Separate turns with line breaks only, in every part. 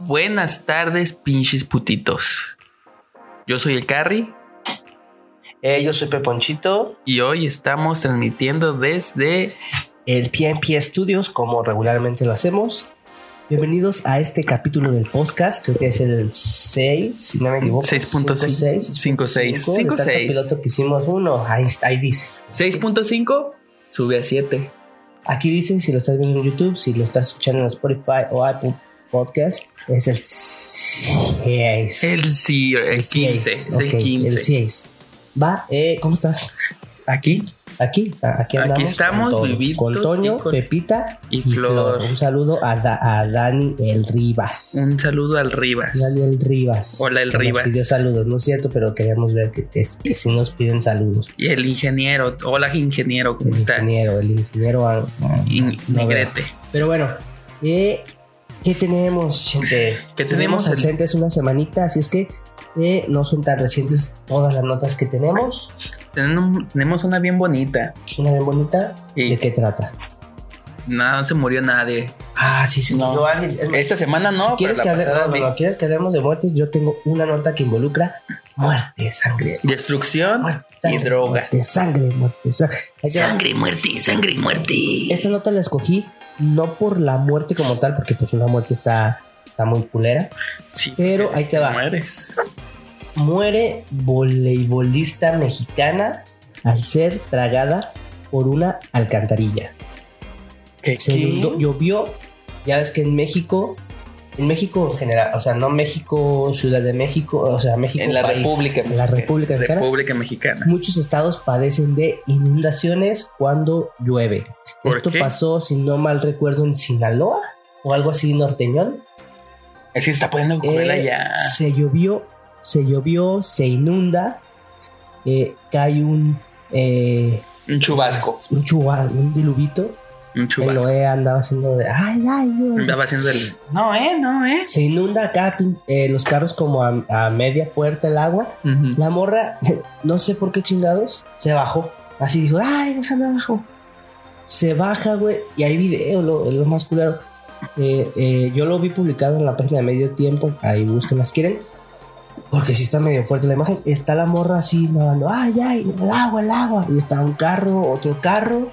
Buenas tardes, pinches putitos. Yo soy el Carry
Eh, yo soy Peponchito,
y hoy estamos transmitiendo desde
el PNP Studios, como regularmente lo hacemos. Bienvenidos a este capítulo del podcast, creo que es el 6, si no me equivoco.
6.6, 5.6,
5.6.
5.6.
piloto que hicimos uno, ahí, está- ahí dice.
6.5 sube a 7.
Aquí dice si lo estás viendo en YouTube, si lo estás escuchando en Spotify o Apple Podcast, es el 6.
El, sí, el 15.
seis,
Es el
ok, El
15.
6. Va, eh, ¿cómo estás?
Aquí.
Aquí, a- aquí
Aquí
andamos.
estamos,
con, Toño-
vivitos
Con Toño,
y con-
Pepita
y Flor.
Un saludo a, Da- a Dani el Rivas.
Un saludo al Rivas.
Dani el Rivas.
Hola, el
que
Rivas.
Nos pidió saludos, no es cierto, pero queríamos ver que, que, que sí nos piden saludos.
Y el ingeniero. Hola, ingeniero,
El
¿cómo estás?
ingeniero, el ingeniero. ah, ah,
In-
no veo.
Negrete.
Pero bueno, eh, ¿qué tenemos, gente?
¿Qué tenemos?
Estuvimos ausentes una semanita, así es que eh, no son tan recientes todas las notas que tenemos.
Tenem- Tenemos una bien bonita.
Una bien bonita.
Y
¿De qué trata?
nada, no se murió nadie.
Ah, sí, sí.
No.
yo alguien- es más,
Esta semana Ah, no,
si
pero
quieres,
la
que hable-
pasada
no, no,
sí.
no, quieres que hablemos de muertes, yo tengo una nota que involucra muerte, sangre.
Destrucción
Muerte,
y
sangre,
droga.
Muerte, sangre, muerte, sangre. Ahí te va.
Sangre y muerte, sangre y muerte.
Esta nota la escogí no por la muerte como tal, porque pues una muerte está, está muy culera.
Sí,
Pero ahí te va.
Mueres.
Muere voleibolista mexicana al ser tragada por una alcantarilla. Se inundó, llovió. Ya ves que en México, en México en general, o sea, no México, Ciudad de México, o sea, México.
En la
país,
República
en la República Mexicana.
República Mexicana.
Muchos estados padecen de inundaciones cuando llueve.
¿Por
Esto
qué?
pasó, si no mal recuerdo, en Sinaloa o algo así norteñón.
Es que se está poniendo cruel
Eh,
ya.
Se llovió, se llovió, se inunda, eh, cae un, eh,
Un chubasco.
un chuba- un diluvito.
Un
El
chubasco.
Noé andaba haciendo de, ay, ay, ay.
Andaba haciendo el. No, eh, no, eh.
Se inunda acá pin- eh, los carros como a, a media puerta el agua.
Ujú.
La morra, no sé por qué chingados, se bajó. Así dijo, ay, déjame abajo. Se baja, güey. Y hay video, lo, lo más culero. Eh, eh, yo lo vi publicado en la página de medio tiempo. Ahí busquen las quieren. Porque sí está medio fuerte la imagen. Está la morra así nadando. Ay, ay, el agua, el agua. Y está un carro, otro carro.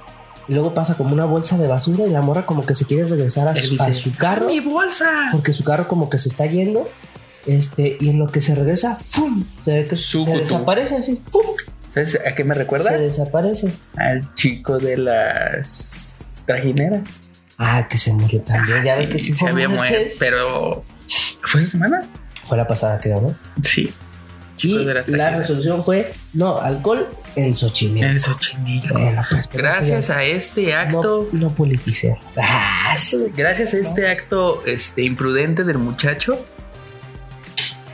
Y luego pasa como una bolsa de basura. Y la morra como que se quiere regresar a
Él
su,
dice,
a su carro
¡Mi bolsa!
porque su carro como que se está yendo. Este, y en lo que se regresa, ¡fum! Se ve que
Súcutu.
se desaparece así, ¡fum!
¿Sabes a qué me
Se
recuerda?
desaparece.
Al chico de las trajineras.
Ah, que se murió también. ya
Ah,
ves
sí,
que sí
se
fue
había
muertes.
muerto. Pero. ¿Fue esa semana?
Fue la pasada, creo, ¿no?
Sí.
Y
Chicos de la
la
trajineras.
resolución fue, no, alcohol en Xochimilco.
En Xochimilco.
Bueno, pues, pero
Gracias
eso
a este
ya
acto.
No, no politicé. Ah, sí.
Gracias a este acto este, imprudente del muchacho,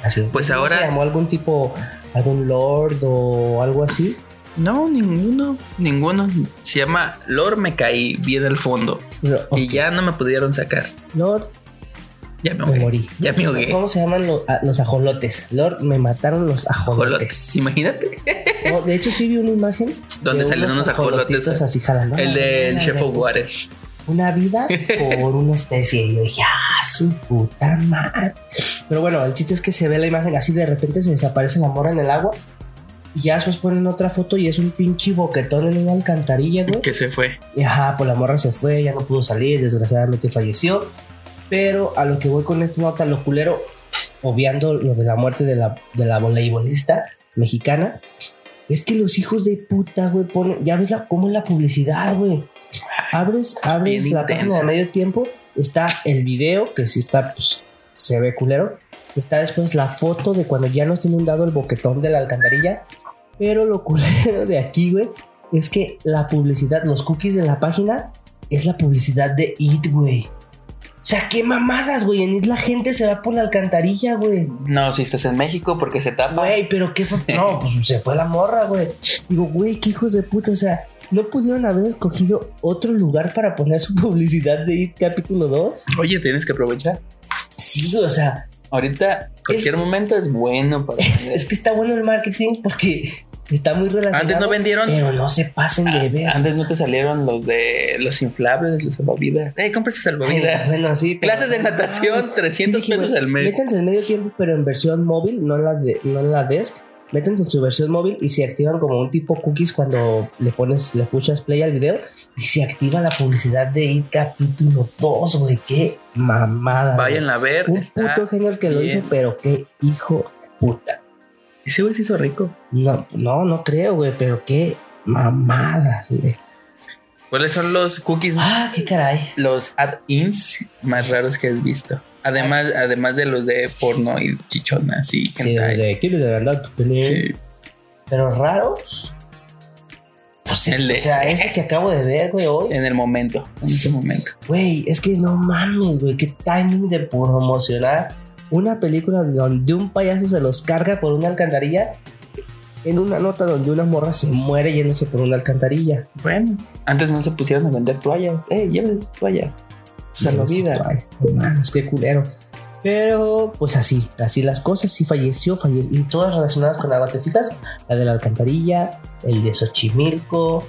Así.
Pues
¿No
ahora-
¿Se llamó algún tipo, algún lord o algo así?
No, ninguno, ninguno. Se llama Lord me caí bien al fondo
No,
y ya no me pudieron sacar.
Lord,
Ya me
me
ahogué.
morí.
Ya me ahogué.
¿Cómo se llaman los, a- los ajolotes? Lord, me mataron los ajolotes.
Ajolotes, imagínate.
No, Oh, de hecho, sí vi una imagen.
Donde
de
salían unos ajolotes. eh,
ajolotitos así jalando.
El del
Una
Chef
vida-
of Water.
Una vida por una especie. Y yo dije, ah, su puta madre. Pero bueno, el chiste es que se ve la imagen así, de repente se desaparece la mora en el agua. Y ya después ponen otra foto y es un pinche boquetón en una alcantarilla, güey.
Que se fue.
Y ajá, pues la morra se fue, ya no pudo salir, desgraciadamente falleció. Pero a lo que voy con esta nota, lo culero, obviando lo de la muerte de la, de la voleibolista mexicana, es que los hijos de puta, güey, ponen, ya ves la, cómo es la publicidad, güey. Abres, abres
Bien
la
intensa.
página de medio tiempo, está el video, que sí está, pues, se ve culero. Está después la foto de cuando ya nos tiene inundado el boquetón de la alcantarilla. Pero lo culero de aquí, güey, es que la publicidad, los cookies de la página, es la publicidad de It, güey. O sea, qué mamadas, güey. En It la gente se va por la alcantarilla, güey.
No, si estás en México porque se tapa.
Güey, pero qué fue. No, pues se fue la morra, güey. Digo, güey, qué hijos de puta. O sea, ¿no pudieron haber escogido otro lugar para poner su publicidad de It capítulo 2?
Oye, tienes que aprovechar.
Sí, güey, o sea,
Ahorita, cualquier momento es bueno para.
es que está bueno el marketing porque Está muy relacionado.
Antes no vendieron.
Pero no se pasen de ver.
Antes no te salieron los de los inflables, los salvavidas. Eh, cómprese
Ay,
salvavidas.
Bueno, sí. pero-
Clases de natación,
Ah,
300
sí, dije,
pesos
bueno,
al mes.
Métanse en medio tiempo, pero en versión móvil, no en la, de, no en la desk. Métanse en su versión móvil y se activan como un tipo cookies cuando le pones, le puchas play al video y se activa la publicidad de IT capítulo 2, güey. Qué mamada. güey.
Vayan a ver.
Un
está-
puto genio el que lo
bien.
hizo, pero qué hijo de puta.
Ese güey se hizo rico.
No, no, no creo, güey, pero qué mamadas, güey.
¿Cuáles son los cookies,
Ah, qué caray.
los add-ins más raros que has visto? Además, además de los de porno y chichonas y
Sí,
hentai.
desde aquí de verdad tu pene.
Sí.
Pero raros. Pues
El
el
de-
O sea, ese que acabo de ver, güey, hoy.
En el momento, en ese momento.
Güey, es que no mames, güey. Qué timing de promocionar una película donde un payaso se los carga por una alcantarilla. En una nota donde una morra se muere yéndose por una alcantarilla.
Bueno, antes no se pusieron a vender toallas. Eh, llévese su toalla. Su salvavidas.
Ay, no mames, qué culero. Pero, pues así, así las cosas. Sí falleció, falleció. Y todas relacionadas con las batefitas. La de la alcantarilla, el de Xochimilco.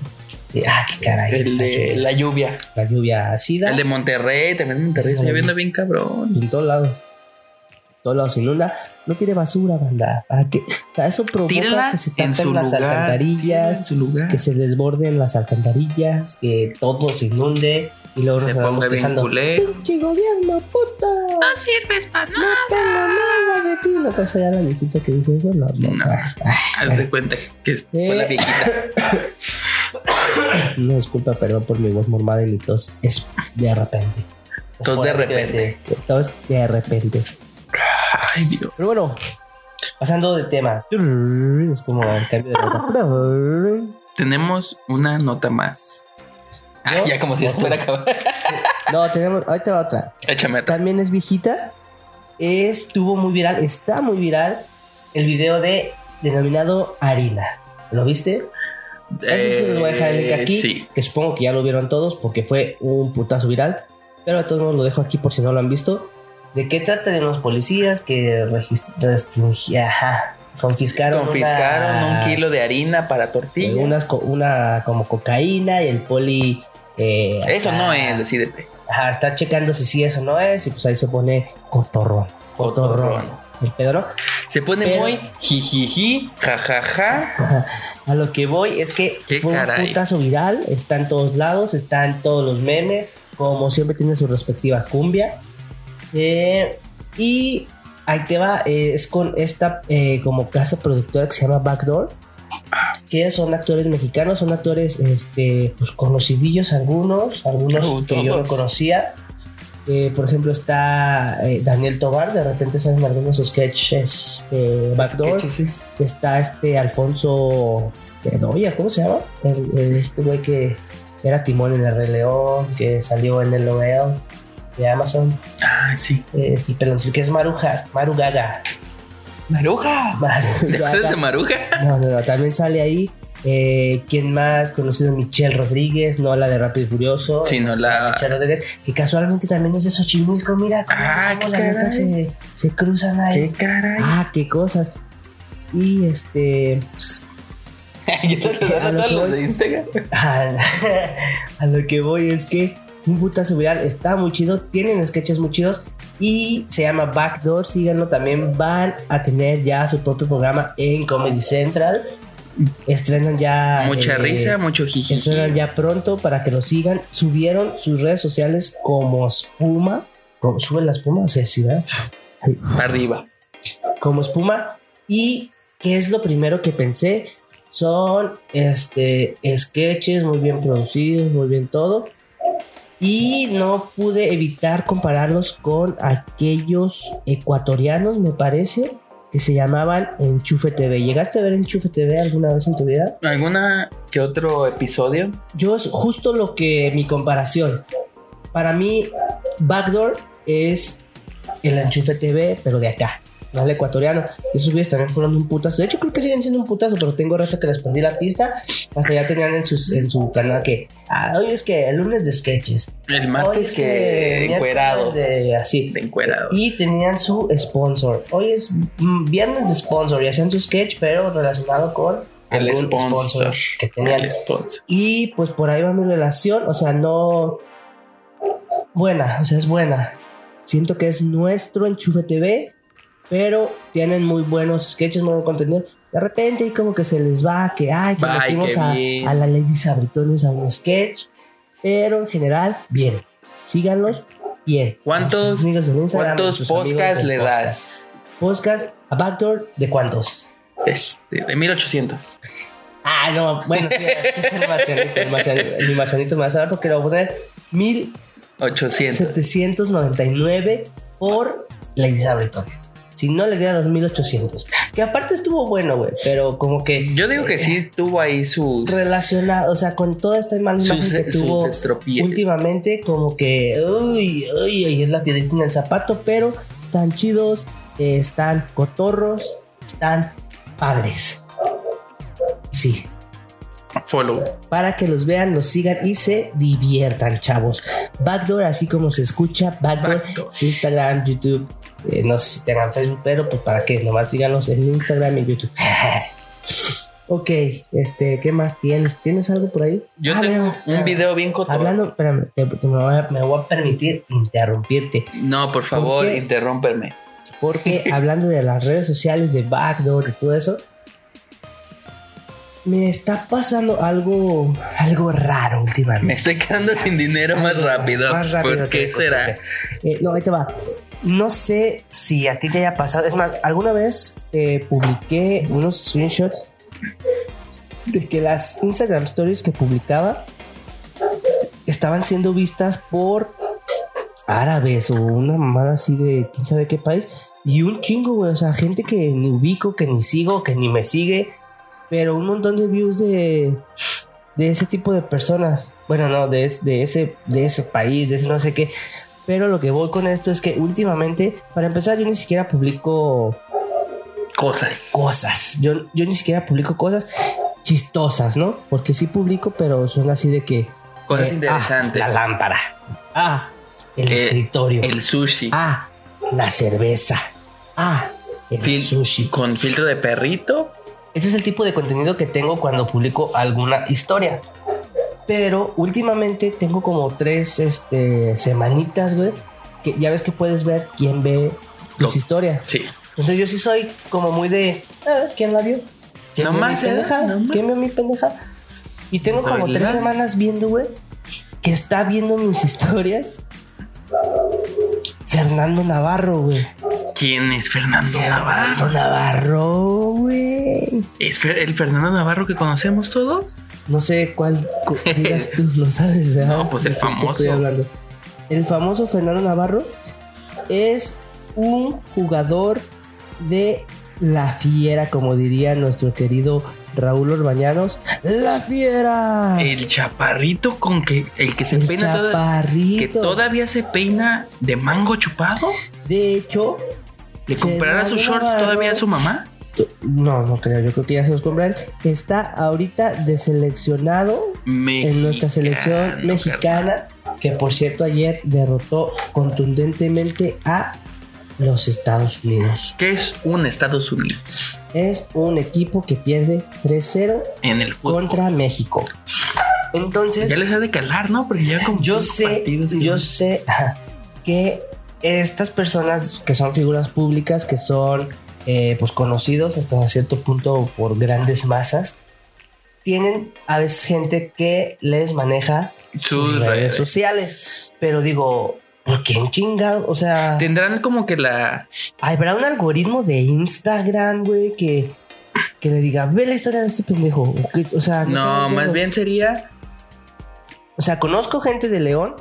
eh, ah, qué caray.
El de la lluvia.
la lluvia ácida.
El de Monterrey, también Monterrey se
Sí.
está viendo bien cabrón.
En todos lados. En todos lados se inunda. No tiene basura, banda. ¿Para qué? O sea, eso provoca
Tírala
que se
en su
tapen las
lugar.
alcantarillas,
En su lugar.
que se desborden las alcantarillas, que todo se inunde y luego nos
se
andamos
ponga bien
quejando.
culé.
¡Pinche gobierno, puto! No
sirves para
tengo nada de ti. ¿No te vas a la viejita que dice eso? No, no.
No.
Ah,
Hazte cuenta que fue la
Eh.
viejita.
no, disculpa, perdón por mi voz mormada y mi tos. Es de repente.
Tos de repente.
Tos de repente.
Ay, Dios.
Pero bueno, pasando de tema. Es como
Ah.
el cambio de nota.
Tenemos una nota más. Ah,
¿Yo?
ya como si
Otra.
fuera a acabar.
No, tenemos. Ahorita va otra.
Échame otra.
También es viejita. Estuvo muy viral, está muy viral el video de denominado Harina. ¿Lo viste? Ese sí les voy a dejar el link
Eh,
aquí.
Sí.
Que supongo que ya lo vieron todos porque fue un putazo viral. Pero de todos modos lo dejo aquí por si no lo han visto. ¿De qué trata de unos policías que regist- restringi- ajá, confiscaron, una-
Confiscaron un kilo de harina para tortilla.
unas co- una como cocaína y el poli. eh,
Eso
acá-
no es, decídete.
Ajá, está checando si sí eso no es y pues ahí se pone cotorrón. Cotorrón. El pedo, ¿no?
Se pone
Pero-
muy jijiji, jajaja.
Ajá. A lo que voy es que
Qué
fue
caray.
un putazo viral, está en todos lados, está en todos los memes, como siempre tiene su respectiva cumbia. Eh, y ahí te va, eh, es con esta eh, como casa productora que se llama Backdoor, que son actores mexicanos, son actores este, pues, conocidillos algunos, algunos
Uh,
que yo
todos.
no conocía. Eh, por ejemplo, está eh, Daniel Tobar, de repente salen algunos sketches de Backdoor
¿Qué chistes?
está este Alfonso Bedoya, ¿cómo se llama? El, el- este güey que era Timón en el Rey León, que salió en el Lobeo de Amazon,
Ah, sí.
eh, y perdón, que es Maruja, Maru Gaga.
Maruja.
Maru
¿Te acuerdas de
Gaga.
Maruja?
No, no, no, también sale ahí. Eh, ¿Quién más? Conocido Michelle Rodríguez, no la de Rápido y Furioso.
Sino la.
Michelle Rodríguez, que casualmente también es de Xochimilco, mira. cómo-
Ah,
cómo
qué
la neta
caray.
se, se cruzan ahí.
¡Qué caray!
Ah, qué cosas. Y este.
¿Ya te lo dan a todos los de Instagram?
a, a lo que voy es que es un putazo viral, está muy chido, tienen sketches muy chidos y se llama Backdoor, síganlo también, van a tener ya su propio programa en Comedy Central, estrenan ya...
Mucha
eh,
risa, mucho jiji.
Estrenan ya pronto para que lo sigan, subieron sus redes sociales como espuma, como, suben la espuma, o sea, sí, ¿verdad? Ay,
Arriba.
como espuma. Y qué es lo primero que pensé son este sketches muy bien producidos, muy bien todo. Y no pude evitar compararlos con aquellos ecuatorianos, me parece, que se llamaban Enchufe TV. ¿Llegaste a ver Enchufe TV alguna vez en tu vida?
¿Alguna que otro episodio?
Yo es justo lo que mi comparación. Para mí, Backdoor es el enchufe TV, pero de acá. No el ecuatoriano. Esos videos también fueron un putazo. De hecho, creo que siguen siendo un putazo, pero tengo rato que les perdí la pista. Hasta ya tenían en, sus, en su canal que. Ah, hoy es que el lunes de sketches.
El
Hoy
martes
es
que.
miércoles
Encuerado.
De, así.
De encuerado.
Y tenían su sponsor. Hoy es mm, viernes de sponsor y hacían su sketch, pero relacionado con
El
algún
sponsor.
que tenía
El sponsor.
Y pues por ahí va mi relación, o sea, no. Buena, o sea, es buena. Siento que es nuestro Enchufe TV, pero tienen muy buenos sketches, muy buen contenido. De repente, como que se les va, que ay, que
Bye,
metimos
qué
a,
bien.
a la Lady Sabritones a un sketch, pero en general, bien. Síganlos, bien.
¿Cuántos-
A sus amigos en Instagram, a
¿Cuántos
sus amigos
podcasts
del
le
podcast.
das?
Podcast a Backdoor, ¿de cuántos?
Este, de 1800.
Ah, no, bueno, sí, es el marcianito. El marcianito, mi marcianito me va a saber porque lo voy a poner
800.
1799 por la Isla Si no, le diera los 1800. Que aparte estuvo bueno, güey, pero como que
Yo digo que sí tuvo ahí sus,
relacionado, o sea, con toda esta mala imagen
sus, eh,
que tuvo
sus estropillas.
últimamente, como que, uy, uy, ahí es la piedrita en el zapato, pero están chidos, eh, están cotorros, están padres. Sí,
Follow.
para que los vean, los sigan y se diviertan, chavos. Backdoor, así como se escucha, Backdoor,
Backdoor.
Instagram, YouTube, eh, no sé si tengan Facebook, pero pues para qué, nomás síganos en Instagram y en YouTube. ok, este, ¿qué más tienes? ¿Tienes algo por ahí?
Yo
Ah,
tengo
mira,
un
ah,
video bien cotorro.
Hablando, espérame, te- te- me, voy a, me voy a permitir interrumpirte,
No, por favor,
qué?
interrúmpeme.
porque hablando de las redes sociales, de Backdoor y todo eso, me está pasando algo, algo raro últimamente.
Me estoy quedando sin dinero más rápido.
Más rápido
¿Por
que
qué
te
será?
Eh, no, ahí te va. No sé si a ti te haya pasado. Es más, alguna vez eh, publiqué unos screenshots de que las Instagram stories que publicaba estaban siendo vistas por árabes o una mamada así de quién sabe qué país. Y un chingo, güey. O sea, gente que ni ubico, que ni sigo, que ni me sigue. Pero un montón de views de, de ese tipo de personas. Bueno, no, de, es- de, ese, de ese país, de ese no sé qué. Pero lo que voy con esto es que últimamente, para empezar, yo ni siquiera publico
Cosas.
cosas. Yo, yo ni siquiera publico cosas chistosas, ¿no? Porque sí publico, pero son así de que...
Cosas
eh, ah,
interesantes.
la lámpara. Ah, el
Eh,
escritorio.
El sushi.
Ah, la cerveza. Ah, el
Fin.
sushi.
Con filtro de perrito.
Ese es el tipo de contenido que tengo cuando publico alguna historia. Pero últimamente tengo como tres este, semanitas, güey. Que ya ves que puedes ver quién ve
Lo-
las historias.
Sí.
Entonces yo sí soy como muy de... "Ah, ¿Quién la vio? ¿Quién vio mi
Nomás, ¿eh?
pendeja?
Nomás.
¿Quién vio mi pendeja? Y tengo como
Bailar.
tres semanas viendo, güey, que está viendo mis historias. Fernando Navarro, güey.
¿Quién es Fernando Navarro?
Fernando Navarro, güey.
¿Es Fer- el Fernando Navarro que conocemos todos?
No sé cuál cu- digas tú, lo sabes. ¿verdad?
No, pues el
¿De qué te
famoso.
estoy hablando? El famoso Fernando Navarro es un jugador de la fiera, como diría nuestro querido Raúl Orbañanos. ¡La fiera!
El chaparrito con que el que Eh, se
Ah. El
peina toda- que
chaparrito.
todavía se peina de mango chupado.
De hecho,
¿Le comprará sus
Fernando
shorts
Navarro.
todavía a su mamá?
t- no, no creo, yo creo que ya se los compran. Está ahorita deseleccionado en nuestra selección
Mexicano,
mexicana, que por cierto ayer derrotó contundentemente a los Estados Unidos.
que es un Estados Unidos
Es un equipo que pierde 3-0
en el fútbol.
contra México. Entonces,
Ya les ha de calar, ¿no? Porque ya como
yo
cinco
sé,
partidos que-
yo sé ajá, que estas personas que son figuras públicas, que son eh, pues conocidos hasta cierto punto por grandes masas, tienen a veces gente que les maneja sus, redes, sociales. Pero digo, ¿por qué en chingado? O sea,
Tendrán como que la
¿habrá un algoritmo de Instagram, güey, que, que le diga, ve la historia de este pendejo? O, que- o sea, te
no,
entiendo.
más bien sería
O sea, conozco gente de León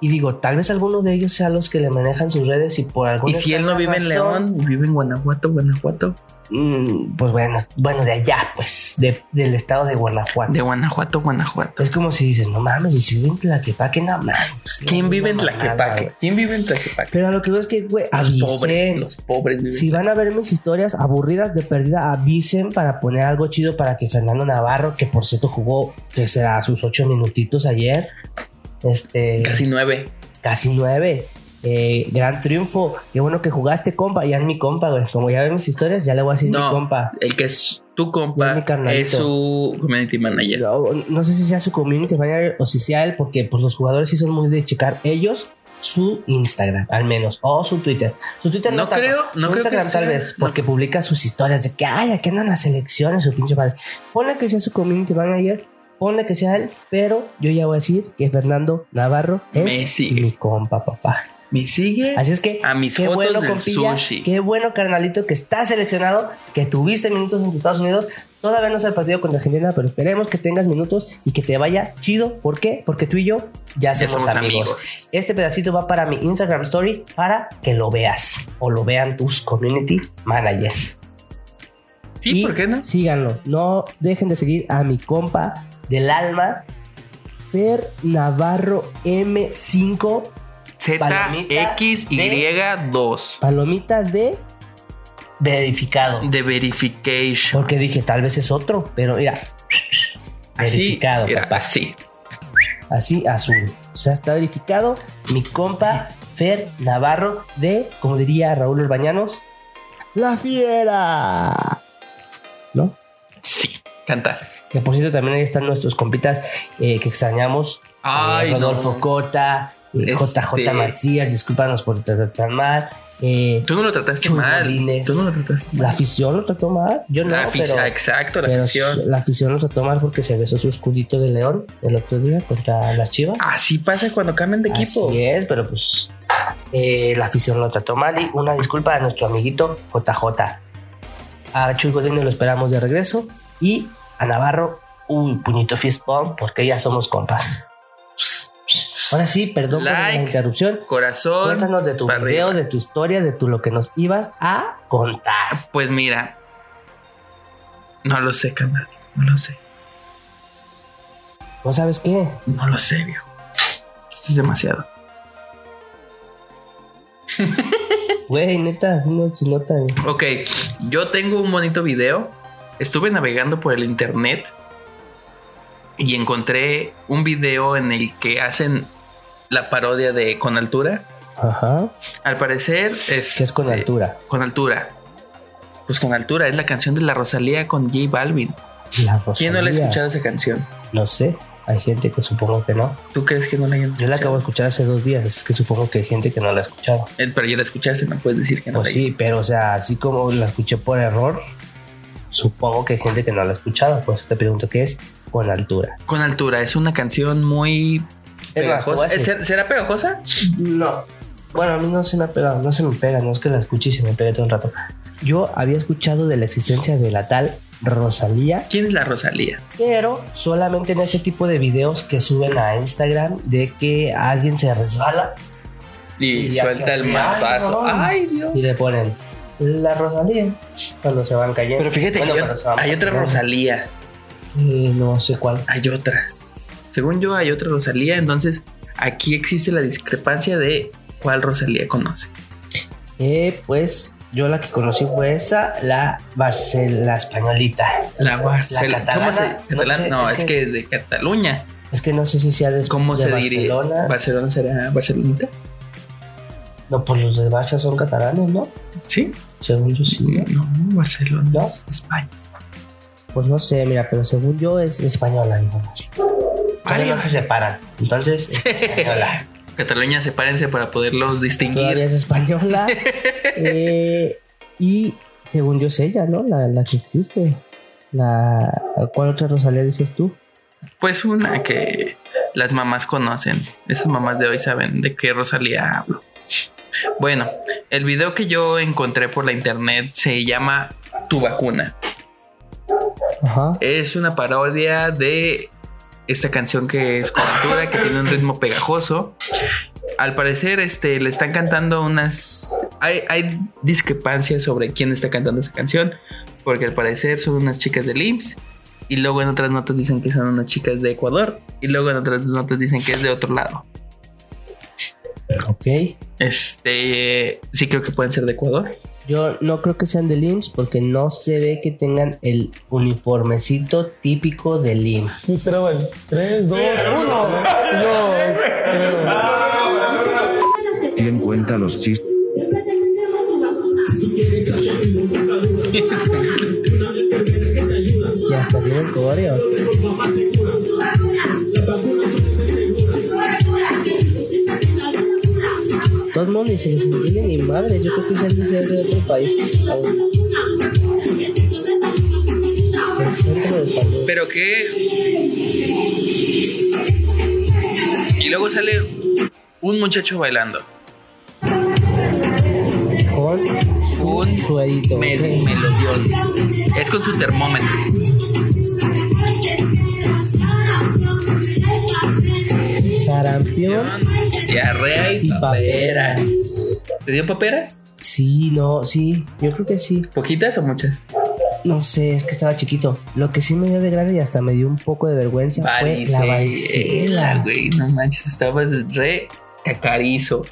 y digo, tal vez alguno de ellos sea los que le manejan sus redes y por
y
alguna
si él no
extraña
vive en
razón,
León, vive en Guanajuato, Guanajuato,
mm, pues bueno, bueno, de allá, pues, de- del estado de Guanajuato.
de Guanajuato, Guanajuato.
Es como si dices, no mames, y si vive en Tlaquepaque, no mames. pues,
¿Quién
no,
vive
no
en
mamada,
Tlaquepaque?
güey.
¿Quién vive en Tlaquepaque?
Pero a lo que veo es que, güey,
Los pobres,
avisen.
los pobres viven.
Si van a ver mis historias aburridas de perdida, avisen para poner algo chido para que Fernando Navarro, que por cierto jugó, que será sus ocho minutitos ayer, este,
Casi nueve.
casi nueve. eh, gran triunfo. Qué bueno que jugaste, compa. Ya es mi compa, güey. Como ya ven mis historias, ya le voy a decir mi
No.
compa.
El que es tu
Ya es
compa
mi carnalito.
es su community manager.
No, no sé si sea su community manager o si sea él, porque pues los jugadores sí son muy de checar ellos su Instagram, al menos, o su Twitter. Su Twitter no,
No
tanto,
creo- no
su
creo que
Instagram tal
sea.
vez, porque publica sus historias de que, ay, aquí andan las elecciones, su pinche padre. Ponle que sea su community manager, ponle que sea él, pero yo ya voy a decir que Fernando Navarro es
Me sigue.
mi compa, papá.
Me sigue
Así es que
a mis
Qué
fotos
bueno,
del
compilla.
sushi.
Qué bueno, carnalito, que estás seleccionado, que tuviste minutos en Estados Unidos. Todavía no es el partido contra Argentina, pero esperemos que tengas minutos y que te vaya chido. ¿Por qué? Porque tú y yo ya
Ya
somos, amigos. Este pedacito va para mi Instagram Story para que lo veas o lo vean tus community managers.
Sí,
Y
¿por qué no?
Síganlo. No dejen de seguir a mi compa del alma, Fer Navarro M5
ZXY2
Palomita de verificado.
de verification.
Porque dije, tal vez es otro, pero mira,
Así,
verificado,
mira,
papá.
así.
Así azul. O sea, está verificado mi compa Fer Navarro de, como diría Raúl Urbañanos, La Fiera. ¿No?
Sí, cantar.
Que por cierto, también ahí están nuestros compitas eh, que extrañamos. Eh,
Ay,
Rodolfo
no.
Cota, eh,
Este-
JJ Macías, discúlpanos por tratar tan mal. Eh,
Tú no lo trataste
Chuy
mal.
Rodríguez.
Tú no lo trataste
la
mal.
afición lo trató mal. Yo no,
La afición,
pero...
exacto, la
Pero
afición.
la afición los va a tomar porque se besó su escudito de león el otro día contra las Chivas.
Así pasa cuando cambian de Ah, equipo.
Así es, pero pues eh, la afición lo trató mal y una disculpa a nuestro amiguito JJ. A Chuy Godínez lo esperamos de regreso y a Navarro un puñito fist bump porque ya somos compas. Ahora sí, perdón por
Like.
la interrupción.
Corazón.
Cuéntanos de tu
para
video,
arriba.
de tu historia, de tu lo que nos ibas a contar.
Pues mira. No lo sé, canal. No lo sé.
¿No sabes qué?
No lo sé, viejo. Esto es demasiado.
Güey, neta, no, si no te-
Ok, yo tengo un bonito video. Estuve navegando por el internet y encontré un video en el que hacen la parodia de Con Altura.
Ajá.
Al parecer es...
Que es con
eh,
altura.
con altura. Pues con altura, es la canción de la Rosalía con J Balvin.
La
¿Quién no le ha
Rosalía.
escuchado esa canción?
No sé. Hay gente que supongo que no.
¿Tú crees que no la hayan
Yo la acabo de
escuchado?
escuchar hace dos días, así que supongo que hay gente que no la ha escuchado.
Eh, Pero ya la escuchaste, no puedes decir que no
Pues
la
sí, pero o sea, así como la escuché por error, supongo que hay gente que no la ha escuchado. Por eso te pregunto qué es con altura.
Con altura, es una canción muy...
Es más, te voy
pegajosa.
a decir-
¿Ser- ¿Será pegajosa?
No. Bueno, a mí no se me ha pegado, no se me pega, no es que la escuche y se me pegue todo el rato. Yo había escuchado de la existencia de la tal Rosalía
¿Quién es la Rosalía?
pero solamente en este tipo de videos que suben a Instagram de que alguien se resbala
Y,
Y
suelta
hace
el
así,
matazo.
ay,
Ay, Dios.
y le ponen la Rosalía cuando se van cayendo.
Pero fíjate
Bueno,
que yo-
cuando se van
hay otra
cayendo.
Rosalía.
Eh, no sé cuál.
Hay otra. Según yo, hay otra Rosalía. Entonces, aquí existe la discrepancia de cuál Rosalía conoce.
Eh, pues yo la que conocí fue esa, la Barcel, la españolita.
La Barcelona.
catalana,
¿Cómo se-
no
catalán?
sé,
No,
es
es,
que-
que... es de Cataluña.
Es que no sé si sea de,
¿Cómo
de
se diría?
Barcelona.
¿Barcelona será Barcelonita?
No, pues los de Barça son catalanes, ¿no?
Sí.
Según yo sí. ¿no?
No, Barcelona
¿No?
es España.
Pues no sé, mira, pero según yo es española, digamos. Todavía no se separan. Entonces, es española.
Cataluña, sepárense para poderlos
Todavía
distinguir.
es española. Eh, y según yo es ella, ¿no? La, la que existe. La, ¿Cuál otra Rosalía dices tú?
Pues una que las mamás conocen. Esas mamás de hoy saben de qué Rosalía hablo. Bueno, el video que yo encontré por la internet se llama Tu vacuna.
Ajá.
Es una parodia de esta canción que es cultura, que tiene un ritmo pegajoso. Al parecer, este, le están cantando unas. Hay, hay discrepancias sobre quién está cantando esa canción, porque al parecer son unas chicas del IMSS, y luego en otras notas dicen que son unas chicas de Ecuador, y luego en otras notas dicen que es de otro lado.
Ok.
Este, sí creo que pueden ser de Ecuador.
Yo no creo que sean del IMSS porque no se ve que tengan el uniformecito típico del IMSS.
Sí, pero bueno. 3, 2, 1.
¿Quién puede?
cuenta los chistes.
Y hasta tiene el coreo. Todo el mundo ni se les entiende ni madre. Yo creo que se han de ser de otro país. Aún. Del centro del país.
Pero qué. Y luego sale un muchacho bailando.
Con
Un
un suerito.
mel-
¿ok?
melodión. Es con su termómetro.
Sarampión.
Diarrea y
Y
paperas. ¿Te dio paperas?
Sí, no, sí. Yo creo que sí.
¿Poquitas o muchas?
No sé, es que estaba chiquito. Lo que sí me dio de grande y hasta me dio un poco de vergüenza fue la
Varicela,
varicela.
güey. No manches, estabas re cacarizo.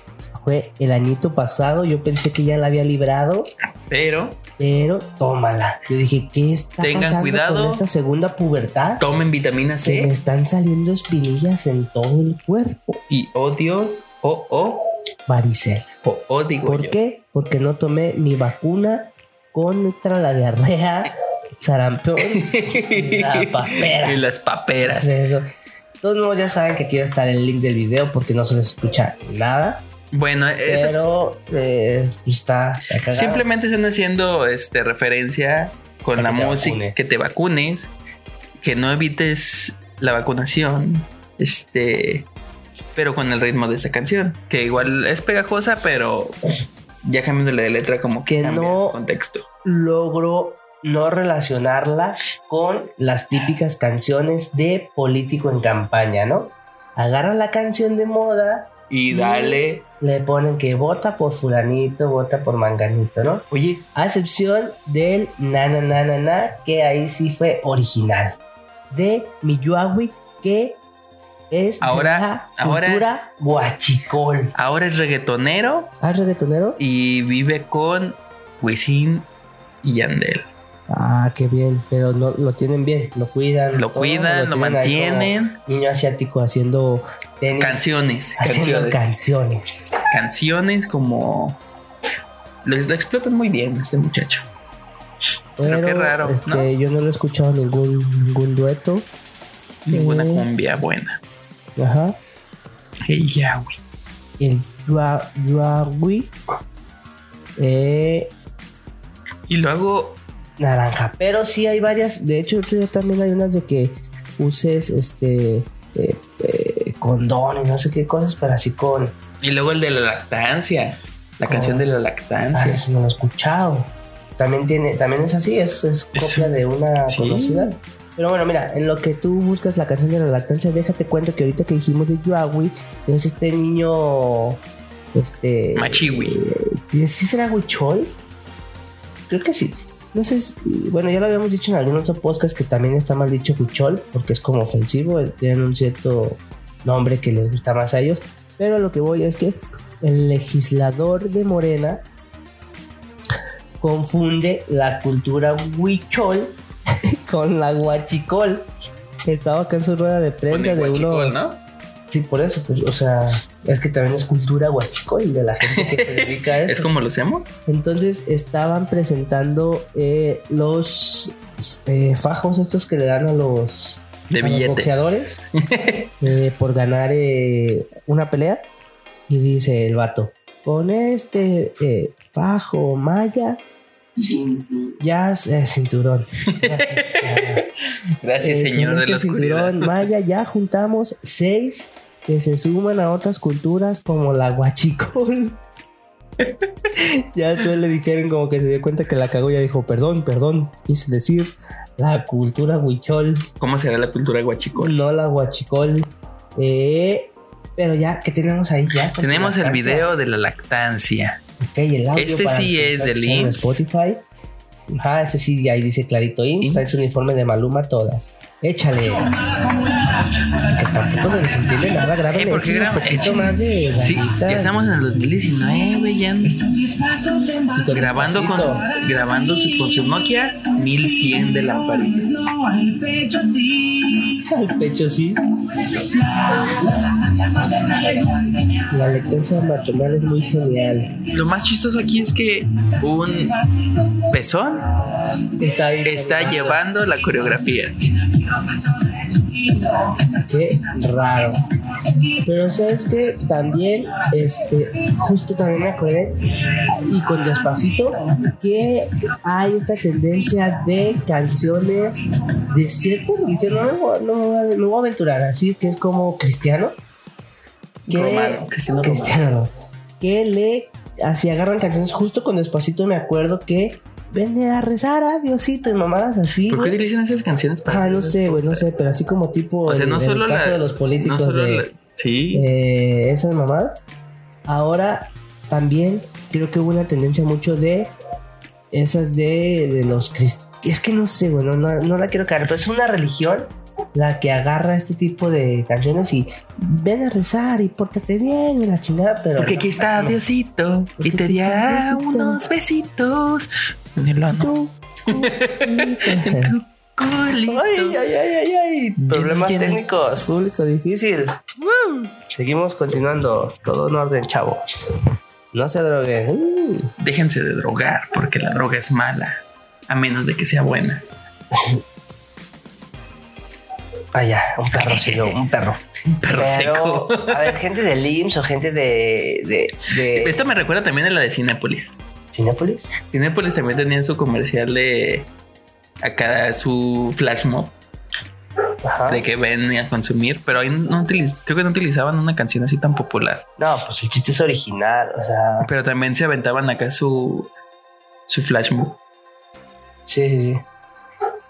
Fue el añito pasado. Yo pensé que ya la había librado,
Pero
pero tómala. Yo dije, ¿qué está
Tengan
pasando
cuidado.
con esta segunda pubertad?
tomen vitamina
Que me
C
están saliendo espinillas en todo el cuerpo.
y oh Dios, oh, oh,
Varicela.
oh, oh, digo
¿Por
yo.
qué? Porque no tomé mi vacuna contra la diarrea, sarampión y la papera.
Y las paperas.
De eso. Todos modos ya saben que aquí va a estar el link del video porque no se les escucha nada.
Bueno, esas
Pero eh, está, está cagado.
simplemente están haciendo este, referencia con la
Para que te
música,
vacunes.
que te vacunes, que no evites la vacunación, este, pero con el ritmo de esta canción, que igual es pegajosa, pero ya cambiándole de letra como que
Que
cambia
no-
su contexto.
Logro no relacionarla con las típicas canciones de político en campaña, ¿no? Agarran la canción de moda,
Y dale,
le ponen que vota por fulanito, vota por manganito, ¿no?
oye,
A excepción del na na na na na, que ahí sí fue original. De Miyuawi, que es de
Ahora-
la
ahora-
cultura guachicol.
ahora es reggaetonero
¿Ah, es reggaetonero?
y vive con Wisin y Yandel.
Ah, qué bien, pero no lo tienen bien, lo cuidan.
Lo
todo,
cuidan, lo
tienen ahí como
mantienen.
Niño asiático haciendo tenis,
Canciones,
haciendo
canciones.
canciones.
canciones como lo, lo explotan muy bien este muchacho Pero qué raro,
este,
¿no?
Yo no lo he escuchado ningún, ningún dueto.
ninguna
Mm.
cumbia buena
Ajá.
y ya güey
El Yua- Yuawi. Eh,
y luego
naranja. Pero sí hay varias. De hecho, otro día también hay unas de que uses este eh, eh, condón y no sé qué cosas para así con.
y luego el de la lactancia la
Oh.
canción de la
Ah,
lactancia
eso no lo he escuchado. También tiene, también es así, es, es
Es
copia
un-
de una
sí.
conocida. Pero bueno, mira, en lo que tú buscas la canción de la lactancia, déjate cuenta que ahorita que dijimos de Yuawi, es este niño. Este.
Machiwi
Eh, ¿Sí será Huichol? Creo que sí. No sé, si- bueno, ya lo habíamos dicho en algún otro podcast que también está mal dicho Huichol, porque es como ofensivo, eh, tienen un cierto nombre que les gusta más a ellos. Pero lo que voy es que el legislador de Morena confunde la cultura Huichol con la Huachicol. Estaba acá en su rueda de
Con
prensa
el
de uno.
guachicol, ¿no?
Sí, por eso, pues, o sea, es que también es cultura huachicol de la gente que se dedica a
es
esto.
como los emo
Entonces estaban presentando eh, los eh, fajos estos que le dan a los,
de
a los
billetes
boxeadores eh, por ganar eh, una pelea. Y dice el vato, con este eh, fajo maya, ya eh, cinturón.
gracias
Eh,
señor
con
de
este
la oscuridad
cinturón maya ya juntamos seis que se suman a otras culturas como la guachicol. ya después le dijeron como que se dio cuenta que la cagó y ya dijo, perdón, perdón, quise decir la cultura huichol,
cómo será la cultura guachicol
no la guachicol. Eh, pero ya, ¿qué tenemos ahí? Ya,
tenemos el
Lactancia.
video de la lactancia
Ok, el audio
Este
para
sí
los que
es
están
del
escuchando en
IMSS.
Spotify. Ajá, ese sí, ahí dice clarito IMSS. Trae su
IMSS.
uniforme de Maluma todas. Échale. Que tampoco se les entiende nada. Grábenle.
Eh, ¿por qué
échenle
graba-
un poquito
échenle?
más de
sí
ganitas
ya estamos en el 2019 güey ya
y con
grabando con
pasito.
grabando su, con su Nokia 1100 de lamparita
No, el pecho a ti.
Al pecho sí. La lactancia maternal es muy genial.
Lo más chistoso aquí es que un pezón
Está ahí.
está llevando la coreografía.
Qué raro. Pero sabes que también, este, justo también me acordé, y con despacito, que hay esta tendencia de canciones de cierta religión. No me voy- no me voy a- me voy a aventurar así, que es como cristiano.
Romano, cristiano romano.
cristiano, Que le, así agarran canciones justo con despacito, me acuerdo que vende a rezar a Diosito y mamadas así.
¿Por
güey.
qué utilizan esas canciones para.?
Ah, no sé, güey, no sé, pero así como tipo
O sea,
el,
no
el
solo
caso
la-
de los políticos
no solo
de
la- Sí.
eh, esa mamada. Ahora también creo que hubo una tendencia mucho de esas de, de los cristianos. Es que no sé, güey, no, no, no la quiero caer, pero es una religión la que agarra este tipo de canciones y ven a rezar y pórtate bien y la chingada, pero...
Porque aquí está
no.
Diosito y
Porque
te
aquí está
dará
Diosito.
unos besitos en el ano,
Tú, tú,
en
tú.
tu culito.
Ay, ay, ay, ay, ay. Problemas
lleno.
técnicos, público difícil. Seguimos continuando. Todo en orden, chavos. No se droguen. Uh.
Déjense de drogar porque la droga es mala, a menos de que sea buena.
Vaya, Ah, un perro, señor, un perro.
Un perro
Pero,
seco.
A ver, gente de IMSS o gente de. de, de
Esto me recuerda también a la de Cinépolis.
¿Cinépolis?
Cinépolis también tenía su comercial de acá su flash mob
Ajá.
de que ven a consumir, pero ahí no utiliz- creo que no utilizaban una canción así tan popular.
No, pues el chiste es original, o sea.
Pero también se aventaban acá su, su flash mob.
Sí, sí, sí.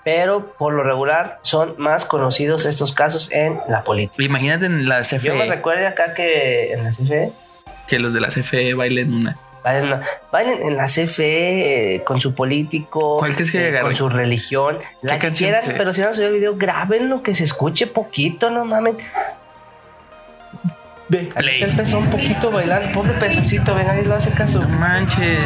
Pero por lo regular son más conocidos estos casos en la política.
Imagínate en la
Yo me
CFE,
recuerdo acá que en la E CFE
que los de la CFE bailen una.
Bailen, no, bailen en la CFE eh, con su político,
¿Cuál crees que
eh,
agarre?
con su religión, la que
canción
quieran,
crees?
pero si van a subir el video, graben lo que se escuche poquito, no mamen. Ve, aquí
Play.
está el pezón poquito bailando, pobre pezoncito, ven, nadie lo hace caso.
No manches.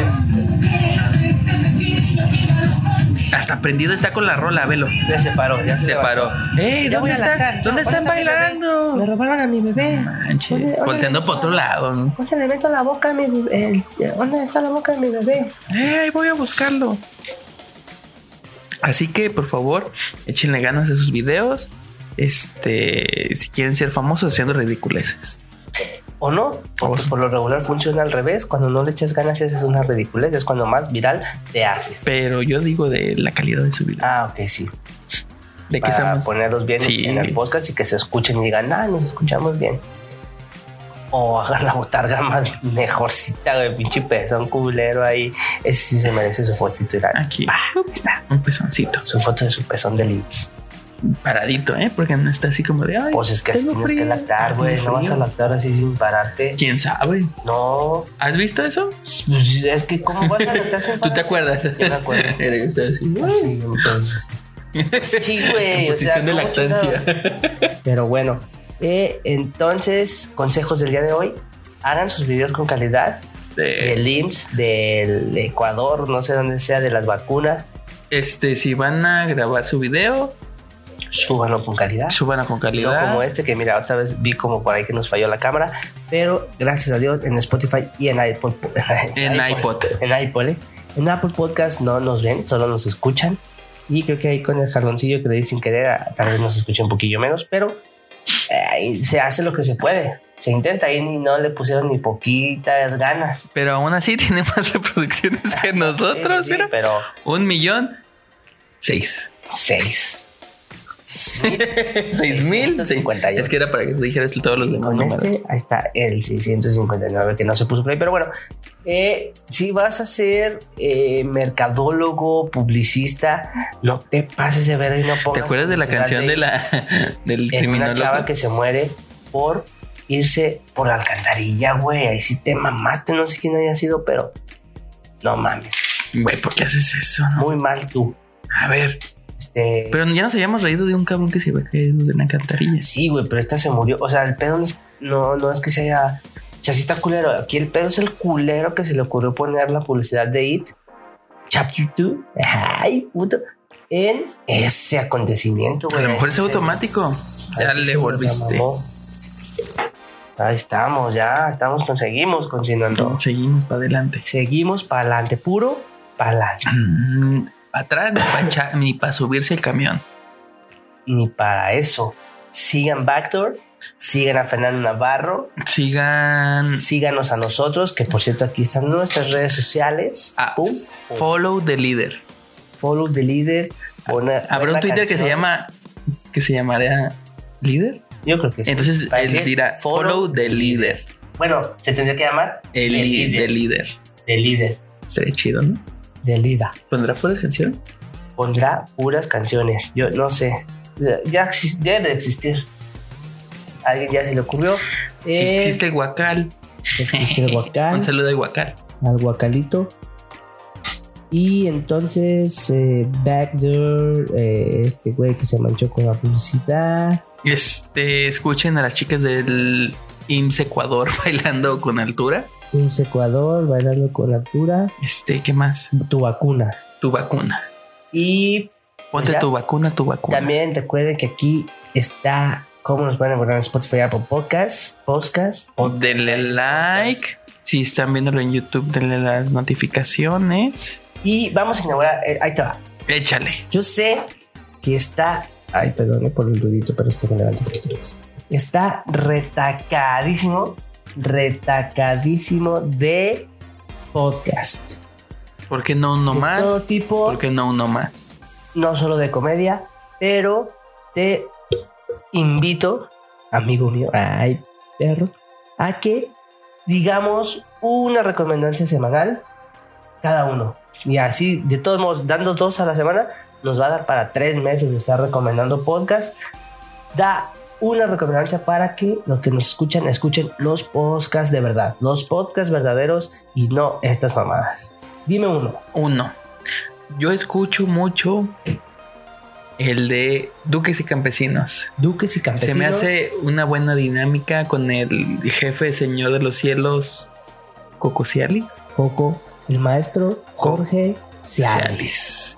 Hasta prendido está con la rola, velo.
Ya se paró, ya se,
Se paró. ¡Ey!
eh, Ya voy
¿Dónde
a la
están?
cara,
¿Dónde
no,
están
ahorita me ve.
bailando?
Me robaron a mi bebé. ¿Dónde-
Manches.
dónde
Volteando
le-
por otro lado. ¿no?
¿Dónde le meto la boca a mi bebé? El- ¿Dónde está la boca de mi bebé?
¡Ey! Eh, Voy a buscarlo. Así que, por favor, échenle ganas a sus videos. Este, si quieren ser famosos haciendo ridiculeces.
¿O no? Porque
Vamos.
por lo regular funciona al revés. Cuando no le echas ganas, esa es una ridiculez. Es cuando más viral te haces.
Pero yo digo de la calidad de su video.
Ah, ok, sí. Ah,
de que
para
estamos.
ponerlos bien
Sí.
en el podcast y que se escuchen y digan, ah, nos escuchamos bien. O hagan la botarga más mejorcita, güey, pinche pezón culero ahí. Ese sí se merece su fotito y la-
Aquí.
pa, ahí está.
Un pezoncito.
Su foto de su pezón del IMSS.
Paradito, ¿eh? Porque no está así como de. Ay,
Pues es que así
tengo
tienes que
frío. Ah,
lactar, güey.
Tengo
No vas a
frío.
lactar así sin pararte.
¿Quién sabe?
No.
¿Has visto eso?
Pues es que, ¿cómo vas a lactar sin
¿Tú te
pararte?
acuerdas?
Yo me acuerdo.
Era que estaba así.
Sí, entonces. Sí, güey.
En
o sea,
posición de
¿cómo
lactancia.
chingado? Pero bueno, eh, entonces, consejos del día de hoy. Hagan sus videos con calidad.
De-
Del IMSS, del Ecuador, no sé dónde sea, de las vacunas.
este, si van a grabar su video,
Súbanlo con calidad.
súbanlo con
No
calidad.
como este que mira, otra vez vi como por ahí que nos falló la cámara. Pero gracias a Dios en Spotify y en iPod.
en iPod.
En iPod, ¿eh? En Apple Podcast no nos ven, solo nos escuchan. Y creo que ahí con el jaloncillo que le di sin querer, a- tal vez nos escuche un poquillo menos, pero eh, ahí se hace lo que se puede. Se intenta y ni no le pusieron ni poquitas ganas.
Pero aún así tiene más reproducciones que nosotros.
Ah, Sí, sí, sí,
mira.
pero
Un millón. Seis.
seis.
Seis mil. seis-
658.
Es que era para que dijeras todos los demás
Con
Pues números.
este, ahí está el 659 que no se puso play, pero bueno, eh, si vas a ser eh, mercadólogo, publicista, no te pases de ver y no
¿Te
pongas.
acuerdas de la
publicidad
canción de la del
en una
criminólogo?
chava que se muere por irse por la alcantarilla, güey. Ahí sí te mamaste, no sé quién haya sido, pero no mames.
Güey, ¿por qué haces eso? no?
Muy mal tú.
A ver,
Este,
pero ya nos habíamos reído de un cabrón que se había caído de una cantarilla.
sí, güey, pero esta se murió. O sea, el pedo no es, no, no es que se haya. O sea, sí está culero. Aquí el pedo es el culero que se le ocurrió poner la publicidad de It. Chapter 2. Ay, puto. en ese acontecimiento,
A
güey.
lo mejor es
Ese-
automático. Ya
Ahí sí
le
se me
volviste.
mamó. Ahí estamos, ya estamos, conseguimos, continuando.
Seguimos para adelante.
Seguimos para adelante, puro para adelante.
Mm, Atrás ni para subirse el camión.
Ni para eso. Sigan Backdoor, sigan a Fernando Navarro,
Sigan.
síganos a nosotros, que por cierto aquí están nuestras redes sociales.
Ah,
Pum,
Follow the leader.
follow the leader. pone-
Habrá
pon
un
la
Twitter que se
canción.
llama. que se llamaría. ¿Líder?
Yo creo que sí.
Entonces
Va a
él
decir,
dirá follow the leader.
Bueno, se tendría que llamar
El lead, the líder.
The líder.
Sería chido, ¿no?
The leader.
¿Pondrá por canción?
pondrá puras canciones. Yo no sé. Ya- Ya exis- debe de existir. ¿A alguien ya se le ocurrió.
Si
Eh,
existe el Huacal.
existe el
Un
guacal,
saludo de Huacal.
al guacalito. Y entonces eh, Backdoor, eh, este güey que se manchó con la publicidad.
Este, escuchen a las chicas del IMSS Ecuador bailando con altura.
Un secuador bailando con altura.
Este, ¿qué más?
Tu vacuna.
Tu vacuna.
Y
Ponte
Ya.
tu vacuna, tu vacuna.
también recuerden que aquí está cómo nos van a encontrar en Spotify, Apple Podcasts, Podcasts, Pod-
Denle like. Si están viéndolo en YouTube, denle las notificaciones.
Y vamos a inaugurar, eh, ahí te va.
Échale.
Yo sé que está. Ay, perdone por el ruidito, pero es que me levanto un poquito. Está retacadísimo, retacadísimo de podcast.
¿Por qué no uno
de
más?
todo tipo,
¿Por qué no uno más?
no solo de comedia, pero te invito, amigo mío, ay, perro, a que digamos una recomendación semanal cada uno. Y así, de todos modos, dando dos a la semana, nos va a dar para tres meses de estar recomendando podcast. Da una recomendación para que los que nos escuchan escuchen los podcasts de verdad, los podcasts verdaderos y no estas mamadas. Dime uno.
Uno. Yo escucho mucho el de Duques y Campesinos.
Duques y
Se
campesinos.
me hace una buena dinámica con el jefe señor de los cielos, Cocosialis.
Coco, el maestro Jorge Cialis,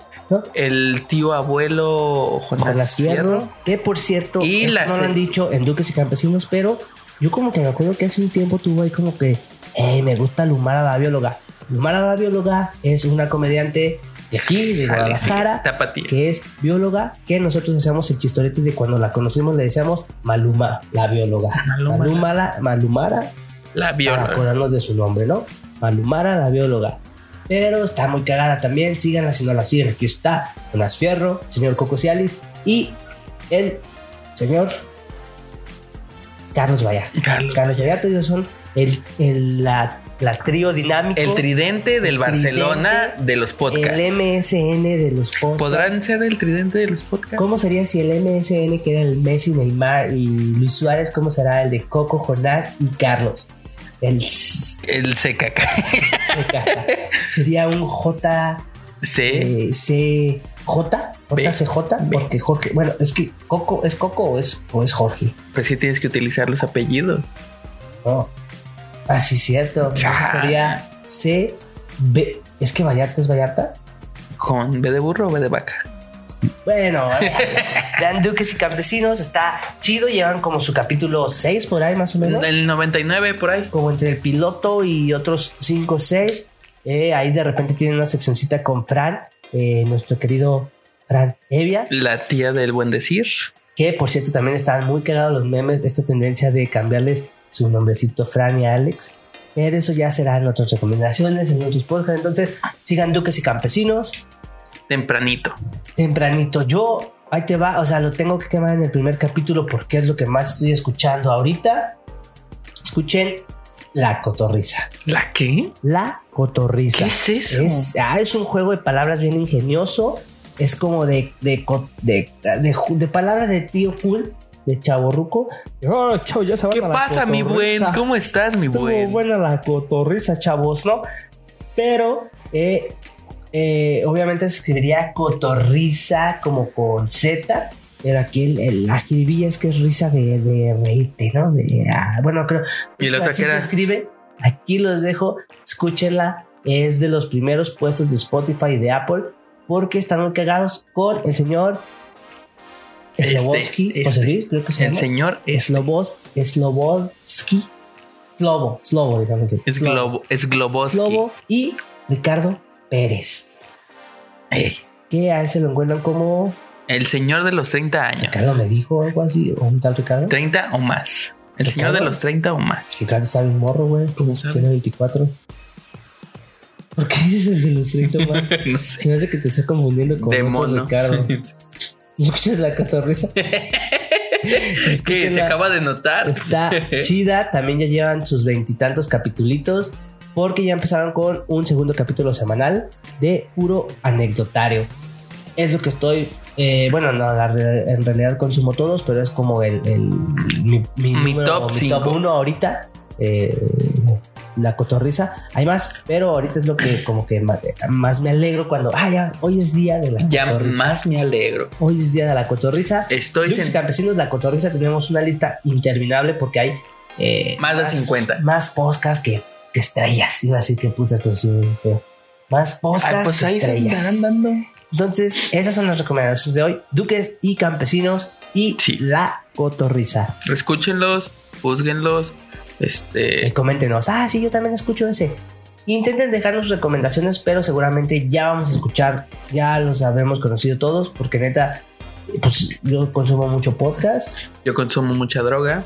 Cialis.
¿no?
El tío abuelo Jonás,
Jonás
Fierro.
Fierro, que por cierto,
Y
esto
la
no lo
se-
han dicho en Duques y Campesinos, pero yo como que me acuerdo que hace un tiempo tuvo ahí como que, "Ey, me gusta Lumara la bióloga. Lumara la bióloga es una comediante de aquí, de
Jale, sí,
Guadalajara,
tapatía.
que es bióloga, que nosotros hacemos el chistorete de cuando la conocimos le decíamos Maluma la bióloga.
Maluma,
Maluma la- Malumara
La
para
viola.
acordarnos de su nombre, ¿no? Malumara, la bióloga. Pero está muy cagada también, síganla si no la siguen. Aquí está Jonas Fierro, señor Coco Cialis y el señor Carlos Vallarta.
Carlos.
Carlos Vallarta, ellos son el, el- la, la trío dinámico,
El tridente del
El
Barcelona de los podcasts.
el MSN de los podcasts.
¿Podrán ser el tridente de los podcasts?
¿Cómo sería si el MSN, que era el Messi, Neymar y Luis Suárez, cómo será el de Coco, Jonás y Carlos? El
El CKK.
Me encanta. Sería un J
C.
eh, C J
B.
JCJ
¿Eh? B.
porque Jorge, bueno, es que Coco es Coco o es o es Jorge.
Pues sí tienes que utilizar los apellidos.
No. Ah, sí, cierto.
Ah.
Sería C B. Es que Vallarta es Vallarta.
Con B de burro o B de vaca.
Bueno, Dan Duques y Campesinos está chido, llevan como su capítulo 6 por ahí más o menos.
El 99 por ahí.
como entre el piloto y otros 5 o 6. ahí de repente tienen una seccioncita con Fran, eh, nuestro querido Fran Evia.
La tía del buen decir.
Que por cierto también estaban muy cagados los memes, esta tendencia de cambiarles su nombrecito Fran y Alex. Pero eso ya será en otras recomendaciones, en otros podcasts. Entonces, sigan Duques y Campesinos.
Tempranito.
Tempranito yo, ahí te va. O sea, lo tengo que quemar en el primer capítulo porque es lo que más estoy escuchando ahorita. Escuchen La Cotorrisa.
¿La qué?
La Cotorrisa.
¿Qué es eso?
Es, ah, es un juego de palabras bien ingenioso. Es como de, de, co- de, de ju- de palabras de tío cool, de chaborruco. Oh, chavo, ya se van
¿Qué
a la
pasa, mi buen?
cotorriza.
¿Cómo estás, mi
Estuvo
buen?
buena la cotorriza, chavos, ¿no? Pero, eh, eh, obviamente se escribiría cotorriza como con Z. Pero aquí el, el- la jiribilla es que es risa de, de reírte, ¿no? De, ah, bueno, creo.
¿Y la
así
otra qué
se
era?
escribe. Aquí los dejo. Escúchenla. Es de los primeros puestos de Spotify y de Apple. porque están muy cagados con el señor
Este,
Slobodsky,
este,
José Luis, creo que se
El
llama.
señor este. es,
Slobos, Slobodsky, Slobo, Slobo, digamos.
es, Globo, es Globoski.
Slobo y Ricardo Pérez,
Ey,
que a ese lo encuentran como
el señor de los 30 años.
Ricardo me dijo algo así, o un tal Ricardo.
30 o más. El señor de los 30 o más.
Ricardo está bien morro, güey.
¿Cómo
Tiene 24. ¿Por qué dices el de los 30 más?
no sé.
Se me hace que te estás confundiendo con
De
otro
mono.
Ricardo. ¿No escuchas la catorriza?
Es que se
Escúchenla.
acaba de notar.
Está chida. También ya llevan sus veintitantos capitulitos. Porque ya empezaron con un segundo capítulo semanal de puro anecdotario. Es lo que estoy. eh, bueno, no, la re- en realidad consumo todos, pero es como el, el- mi, mi
Mi top
mi top
cinco.
uno ahorita. eh, la cotorriza. Hay más, pero ahorita es lo que como que ma- más, me alegro cuando. Ah, ya, hoy es día de la
Ya
cotorriza.
más me alegro.
Hoy es día de la cotorriza.
Estoy
Dukes
sent-
Campesinos, La Cotorriza, tenemos una lista interminable porque hay eh,
más de 50.
Más podcasts que, que estrellas. Iba a decir que puta pero sí, feo. Más podcasts
Ah, pues
que
ahí se
estrellas.
andarán dando.
Entonces, esas son las recomendaciones de hoy. Duques y Campesinos y
Sí.
La Cotorriza.
Escúchenlos, juzguenlos. Este.
Eh, coméntenos, ah, sí, yo también escucho ese. Intenten dejarnos recomendaciones, pero seguramente ya vamos a escuchar, ya los habremos conocido todos, porque neta, pues yo consumo mucho podcast
Yo consumo mucha droga.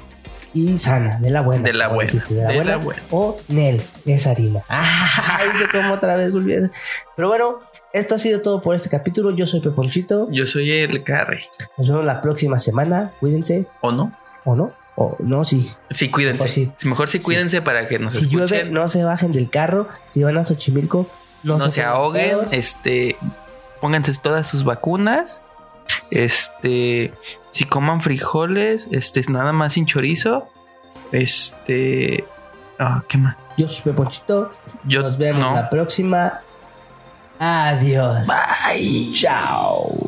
y sana, de la buena.
De la
como
buena,
dijiste, de la
de la
buena.
buena.
O Nel, es harina. Ay, se como otra vez volví a- Pero bueno, esto ha sido todo por este capítulo. Yo soy Peponchito.
Yo soy el carre.
Nos vemos la próxima semana. Cuídense,
¿O no?
¿o no? O no, sí.
Sí, cuídense.
Mejor Pues sí.
Mejor sí cuídense para que nos
si
escuchen.
llueve, no se bajen del carro. Si van a Xochimilco, no,
no, se
pongan
ahoguen,
pedos.
este, pónganse todas sus vacunas, este, si coman frijoles, este, nada más sin chorizo, este, ah, qué más,
Yo soy Peponchito.
yo
Nos vemos
no,
la próxima. Adiós.
Bye.
Chao.